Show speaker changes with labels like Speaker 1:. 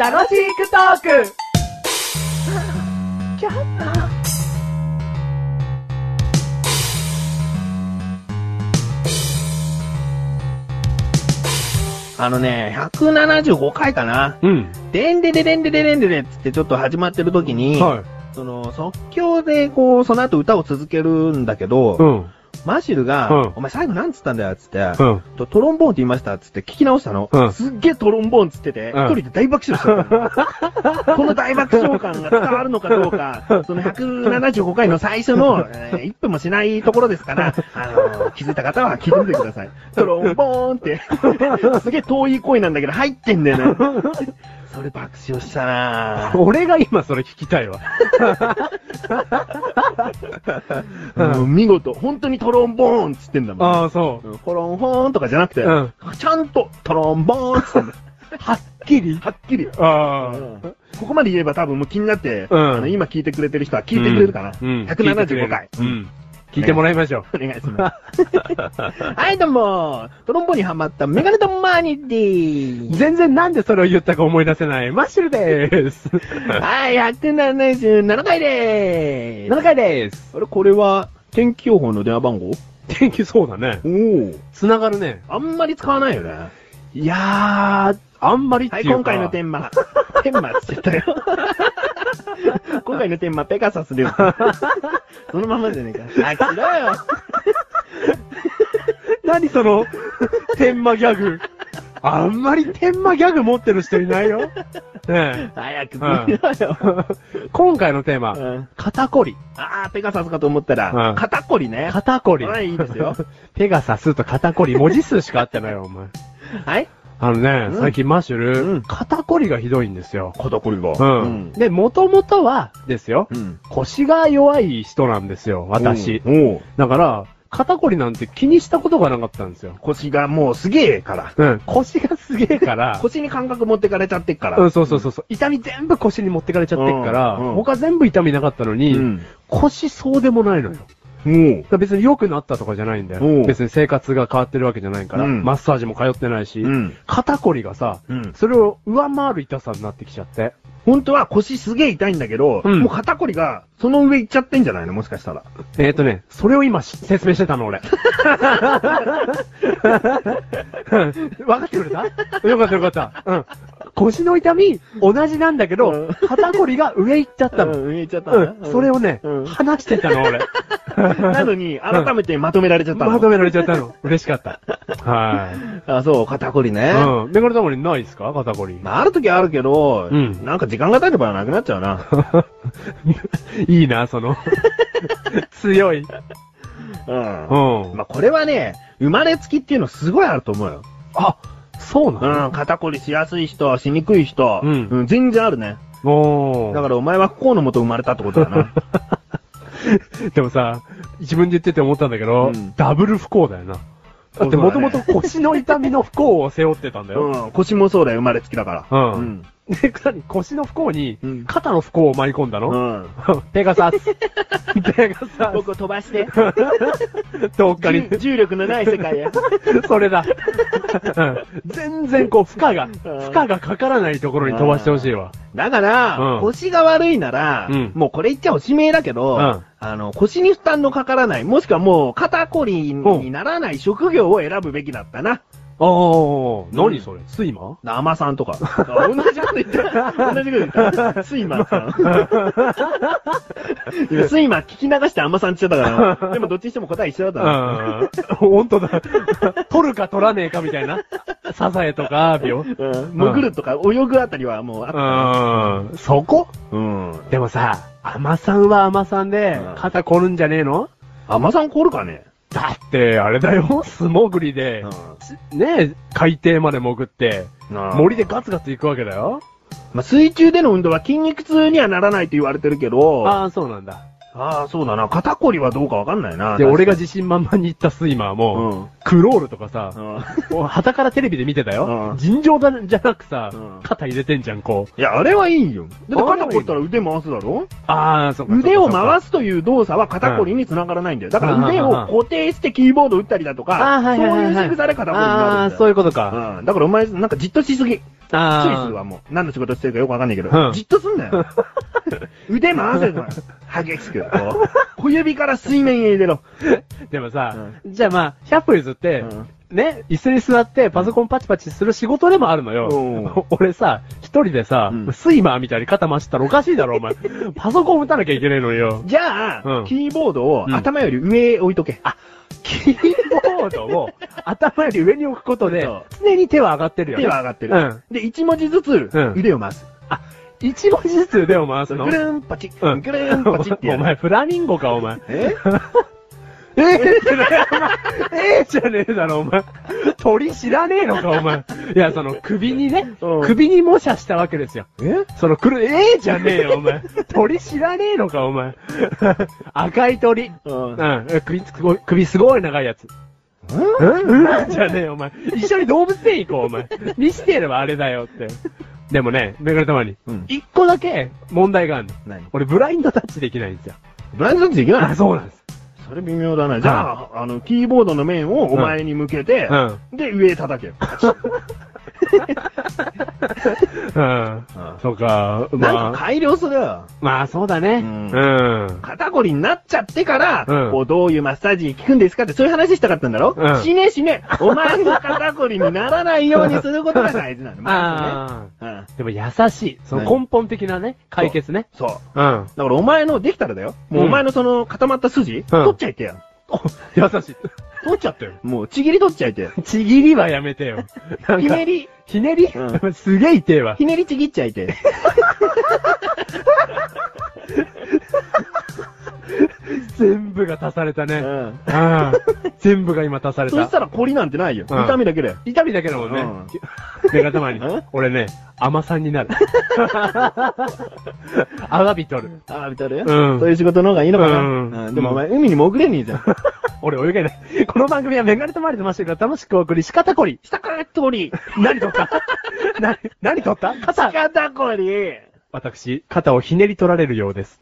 Speaker 1: 楽しくトーク
Speaker 2: あのね、175回かな。
Speaker 3: うん。
Speaker 2: でんでででんでででんででっつってちょっと始まってる時に、
Speaker 3: はい。
Speaker 2: その即興でこう、その後歌を続けるんだけど、
Speaker 3: うん。
Speaker 2: マシルが、
Speaker 3: うん
Speaker 2: お前最後なんつったんだよっつって、
Speaker 3: うん。
Speaker 2: とトロンボーンって言いましたっつって聞き直したの。
Speaker 3: うん
Speaker 2: すっげえトロンボーンっつってて、
Speaker 3: うん
Speaker 2: 一人で大爆笑しちゃった の。この大爆笑感が伝わるのかどうか、その175回の最初の、え1分もしないところですから、あの気づいた方は気づいてください。トロンボーン って、すげえ遠い声なんだけど入ってんだよね。それ爆笑したなぁ。
Speaker 3: 俺が今それ聞きたいわ。
Speaker 2: もう見事、本当にトロンボーンっつってんだもん。
Speaker 3: ああ、そ
Speaker 2: うんホロンホーンとかじゃなくて、
Speaker 3: うん
Speaker 2: ちゃんとトロンボーンっつってんだ。はっきりはっきり。
Speaker 3: う。ああ。
Speaker 2: ここまで言えば多分もう気になって、
Speaker 3: うん
Speaker 2: あの今聞いてくれてる人は聞いてくれるかな。
Speaker 3: うん。
Speaker 2: 175回。
Speaker 3: うん。うん聞いてもらいましょ
Speaker 2: お願いします。 はい、どうも、トロンボにハマったメガネとマーニーで
Speaker 3: う。
Speaker 2: ーす。
Speaker 3: 全然なんでそれを言ったか思い出せない。マッシュルで ーす。
Speaker 2: はい、177回でーす。
Speaker 3: 7回でーす。
Speaker 2: あれ、これは、天気予報の電話番号
Speaker 3: 天気そうだね。
Speaker 2: おお、
Speaker 3: 繋がるね。
Speaker 2: あんまり使わないよね。
Speaker 3: いやー、あんまりって
Speaker 2: はいい、
Speaker 3: うか。
Speaker 2: 今回のテーマ。 テーマって言った よ。今回のテーマ、ペガサス です。そのままじゃねえか。あ、きろよ。
Speaker 3: 何その、天魔ギャグ。あんまり天魔ギャグ持ってる人いないよ。ね
Speaker 2: 早く見ろよ。
Speaker 3: え。 今回のテーマ、
Speaker 2: うん
Speaker 3: 肩こり。
Speaker 2: ああ、ペガサスかと思った
Speaker 3: う
Speaker 2: ら
Speaker 3: ん、
Speaker 2: 肩こりね。
Speaker 3: 肩こり。
Speaker 2: はい、いいです よ。
Speaker 3: ペガサスと肩こり、文字数しか合ってないよ、お前。
Speaker 2: はい
Speaker 3: あのね、
Speaker 2: うん
Speaker 3: 最近マッシュル、
Speaker 2: うん
Speaker 3: 肩こりがひどいんですよ。
Speaker 2: 肩こりが。
Speaker 3: う。
Speaker 2: うんん。
Speaker 3: で、もともとは、ですよ、
Speaker 2: うん。
Speaker 3: 腰が弱い人なんですよ、私。
Speaker 2: おう。
Speaker 3: だから、肩こりなんて気にしたことがなかったんですよ。
Speaker 2: 腰がもうすげえから。
Speaker 3: うん。腰がすげえから、
Speaker 2: 腰に感覚持ってかれちゃってっから。
Speaker 3: うん、そうそうそうそう。痛み全部腰に持ってかれちゃってっから、
Speaker 2: うんうん
Speaker 3: 他全部痛みなかったのに、
Speaker 2: うん。
Speaker 3: 腰そうでもないのよ。だか
Speaker 2: も
Speaker 3: ら別に良くなったとかじゃないんだ
Speaker 2: お
Speaker 3: よ。
Speaker 2: う
Speaker 3: 別に生活が変わってるわけじゃないから、
Speaker 2: うん
Speaker 3: マッサージも通ってないし、
Speaker 2: う。うん。
Speaker 3: 肩こりがさ、
Speaker 2: うん。
Speaker 3: それを上回る痛さになってきちゃって。
Speaker 2: 本当は腰すげえ痛いんだけど、
Speaker 3: うん
Speaker 2: もう肩こりがその上行っちゃってんじゃないのもしかしたら。
Speaker 3: えっ、ー、とね、それを今し説明してたの、俺。わかってくれたよかったよかった。うん。腰の痛み、同じなんだけど、
Speaker 2: うん
Speaker 3: 肩こりが上行っちゃったの。
Speaker 2: 上行っちゃっ
Speaker 3: うん。それ
Speaker 2: を。
Speaker 3: をね、
Speaker 2: うん
Speaker 3: 話してたの、俺。
Speaker 2: なのに、改めてまとめられちゃったの。
Speaker 3: まとめられちゃったの。嬉しかった。はい。
Speaker 2: あ、そう、肩こりね。
Speaker 3: うん。メガネたまにないですか肩こり。
Speaker 2: まあ、ある時はあるけど、
Speaker 3: うん
Speaker 2: なんか時間が経てばなくなっちゃうな。
Speaker 3: いいな、その。強い。
Speaker 2: うん
Speaker 3: うん。
Speaker 2: まあ、これはね、生まれつきっていうのすごいあると思うよ。
Speaker 3: あ、そうな
Speaker 2: う
Speaker 3: の
Speaker 2: ん、肩こりしやすい人、しにくい人、
Speaker 3: うん
Speaker 2: 全然あるね。
Speaker 3: おー。
Speaker 2: だからお前は不幸のもと生まれたってことだな。
Speaker 3: でもさ、自分で言ってて思ったんだけど、
Speaker 2: うん
Speaker 3: ダブル不幸だよな。だって
Speaker 2: そう
Speaker 3: も
Speaker 2: だ
Speaker 3: と
Speaker 2: ね
Speaker 3: もと腰の痛みの不幸を背負ってたんだよ。
Speaker 2: うん、腰もそうだよ、生まれつきだから。
Speaker 3: うんで、さらに腰の不幸に
Speaker 2: うん、
Speaker 3: 肩の不幸を舞い込んだ
Speaker 2: う
Speaker 3: の、
Speaker 2: ん。うん。
Speaker 3: ペガ サス。ペガサ
Speaker 2: 僕を飛ばして、
Speaker 3: ス。どっかに
Speaker 2: 重、重力のない世界へ。
Speaker 3: それだ。うん全然こう、負荷が、負荷がかからないところに飛ばしてほしいわ。
Speaker 2: だから、
Speaker 3: うん
Speaker 2: 腰が悪いなら、
Speaker 3: うん
Speaker 2: もうこれ言っちゃおしめだけど、
Speaker 3: うん
Speaker 2: あの、腰に負担のかからない、もしくはもう肩こりにならない職業を選ぶべきだったな。
Speaker 3: おー、
Speaker 2: うん
Speaker 3: 何それ睡魔
Speaker 2: 生さんとか。 同じこと言った。同じこと言った。スイマーさん。 今スイマー聞き流して甘さんって言っちゃった から。でもどっちにしても答え一緒だったな。
Speaker 3: うん。本当だ。 取るか取らねえかみたいな。サザエとかアービオ。
Speaker 2: うん潜るとか泳ぐあたりはもうあっ
Speaker 3: うん。そこ
Speaker 2: た。うん。
Speaker 3: でもさ、甘さんは甘さんで
Speaker 2: うん、
Speaker 3: 肩凝るんじゃねえの
Speaker 2: 甘さん凍るかね
Speaker 3: だって、あれだよ、素潜りで、ねえ、海底まで潜って、
Speaker 2: 森。
Speaker 3: 森でガツガツ行くわけだよ。
Speaker 2: まあ、水中での運動は筋肉痛にはならないと言われてるけど、
Speaker 3: ああ、そうなんだ。
Speaker 2: ああ、そうだな。肩こりはどうかわかんないな。
Speaker 3: で、俺が
Speaker 2: 確
Speaker 3: 自信満々に言ったスイマ
Speaker 2: かに、
Speaker 3: ーも、
Speaker 2: うん。
Speaker 3: クロールとかさ、
Speaker 2: うん
Speaker 3: 旗からテレビで見てたよ。
Speaker 2: うん
Speaker 3: 尋常だじゃなくさ、
Speaker 2: うん
Speaker 3: 肩入れてんじゃん、こう。
Speaker 2: いや、あれはいいんよ。だって
Speaker 3: あれ
Speaker 2: 肩
Speaker 3: はいいの
Speaker 2: こったら腕回すだろ
Speaker 3: ああ、そう
Speaker 2: 腕を
Speaker 3: す。
Speaker 2: 回すという動作は肩こりにつながらないんだよ。だか
Speaker 3: うん
Speaker 2: ら腕を固定してキーボード打ったりだと
Speaker 3: あ
Speaker 2: か、
Speaker 3: ー
Speaker 2: そ
Speaker 3: は
Speaker 2: う
Speaker 3: いはいはいはい
Speaker 2: いう仕草で肩こりに
Speaker 3: あ
Speaker 2: な
Speaker 3: あ
Speaker 2: るん
Speaker 3: ー、
Speaker 2: だ
Speaker 3: そうい
Speaker 2: よ。
Speaker 3: うことか。
Speaker 2: うん。だからお前、なんかじっとしすぎ。
Speaker 3: あ
Speaker 2: 注意する
Speaker 3: あ
Speaker 2: わ、もう。何の仕事してるかよくわかんないけど。
Speaker 3: うん
Speaker 2: じっとすんな よ。腕回せば、激しく。こう小指から水面へ入れろ。
Speaker 3: でもさ、じゃあまあ、100歩譲って、
Speaker 2: うん
Speaker 3: ね、椅子に座ってパソコンパチパチする仕事でもあるの
Speaker 2: うん
Speaker 3: よ。俺さ、一人でさ、
Speaker 2: うん
Speaker 3: スイマーみたいに肩回してたらおかしい だろ、お前。パソコン打たなきゃいけないのによ。
Speaker 2: じゃあ、
Speaker 3: うん
Speaker 2: キーボードを
Speaker 3: うん
Speaker 2: 頭より上へ置いとけ。
Speaker 3: キーボードを頭より上に置くことで
Speaker 2: そう、
Speaker 3: 常に手は上がってるよね。
Speaker 2: 手は上がってる。
Speaker 3: うん
Speaker 2: で、一文字ずつ
Speaker 3: うん
Speaker 2: 腕を回す。
Speaker 3: 一文字ずつ腕を回す
Speaker 2: ぐ
Speaker 3: の。
Speaker 2: るんぱち、ぐ
Speaker 3: うん
Speaker 2: るんぱちってや
Speaker 3: お前、
Speaker 2: る。
Speaker 3: フラミンゴか、お 前。
Speaker 2: え
Speaker 3: ええじゃねえ、お前。ええじゃねえだろ、お前。鳥知らねえのか、お前。いや、その、首にね、
Speaker 2: うん
Speaker 3: 首に模写したわけですよ。
Speaker 2: え
Speaker 3: その、くる、ええじゃねえよ、お前。鳥知らねえのか、お前。 赤い鳥。
Speaker 2: うん
Speaker 3: うん、首すごい、首すごい長いやつ。うんうんじゃねえよ、お前。一緒に動物園行こう、お前。見せてやればあれだよって。でもね、めぐれたまに
Speaker 2: うん、
Speaker 3: 一個だけ問題があるの。
Speaker 2: 何
Speaker 3: 俺、ブラインドタッチできないんですよ。
Speaker 2: ブラインドタッチできない
Speaker 3: あ、そうなんです。
Speaker 2: それ微妙だな。じゃあ、あの、キーボードの面をお前に向けて
Speaker 3: う、ん。
Speaker 2: で、上へ叩け。
Speaker 3: うん。そうか、
Speaker 2: なんか
Speaker 3: まあ、
Speaker 2: 改良するよ。
Speaker 3: まあそうだね。う
Speaker 2: うん
Speaker 3: ん。
Speaker 2: 肩こりになっちゃってから、
Speaker 3: うん
Speaker 2: こうどういうマッサージ効くんですかってそういう話したかったんだろ、
Speaker 3: うん
Speaker 2: しねしね、お前が肩こりにならないようにすることが大事なの。ま
Speaker 3: あ
Speaker 2: ずねうん
Speaker 3: あ。でも優しい。その根本的なね、解決ね。
Speaker 2: そう。
Speaker 3: うん。
Speaker 2: だからお前の、できたらだよ。もうお前のその固まった筋、取っちゃいてよ。
Speaker 3: 優しい。取っちゃったよ。
Speaker 2: もうちぎり取っちゃいてよ。
Speaker 3: ちぎりはやめてよ。 な ん
Speaker 2: ひ
Speaker 3: か
Speaker 2: ねり、
Speaker 3: ひねり、
Speaker 2: う
Speaker 3: すげえ痛えわ。
Speaker 2: ひねりちぎっちゃいて。
Speaker 3: 全部が足され た
Speaker 2: う
Speaker 3: ね。
Speaker 2: ん。
Speaker 3: ああ全部が今足され。
Speaker 2: そしたたら凝りなんてないよ。
Speaker 3: うん
Speaker 2: 痛みだけで。
Speaker 3: 痛みだけだもんね
Speaker 2: うん。
Speaker 3: 目がたまに
Speaker 2: うん。
Speaker 3: 俺ね、甘さんにな る。アワビ取る。
Speaker 2: ああ、見たる
Speaker 3: うん
Speaker 2: そういう仕事の方がいいのかな。
Speaker 3: うん
Speaker 2: うんでもお前、海に潜れねえ じゃん。
Speaker 3: 俺泳げない。この番組はメガネとマリとマッシュルが楽しくお送り、仕方こり。
Speaker 2: 下から通り。
Speaker 3: 何取 ったな、何取った肩
Speaker 2: 肩こり。
Speaker 3: 私、肩をひねり取られるようです。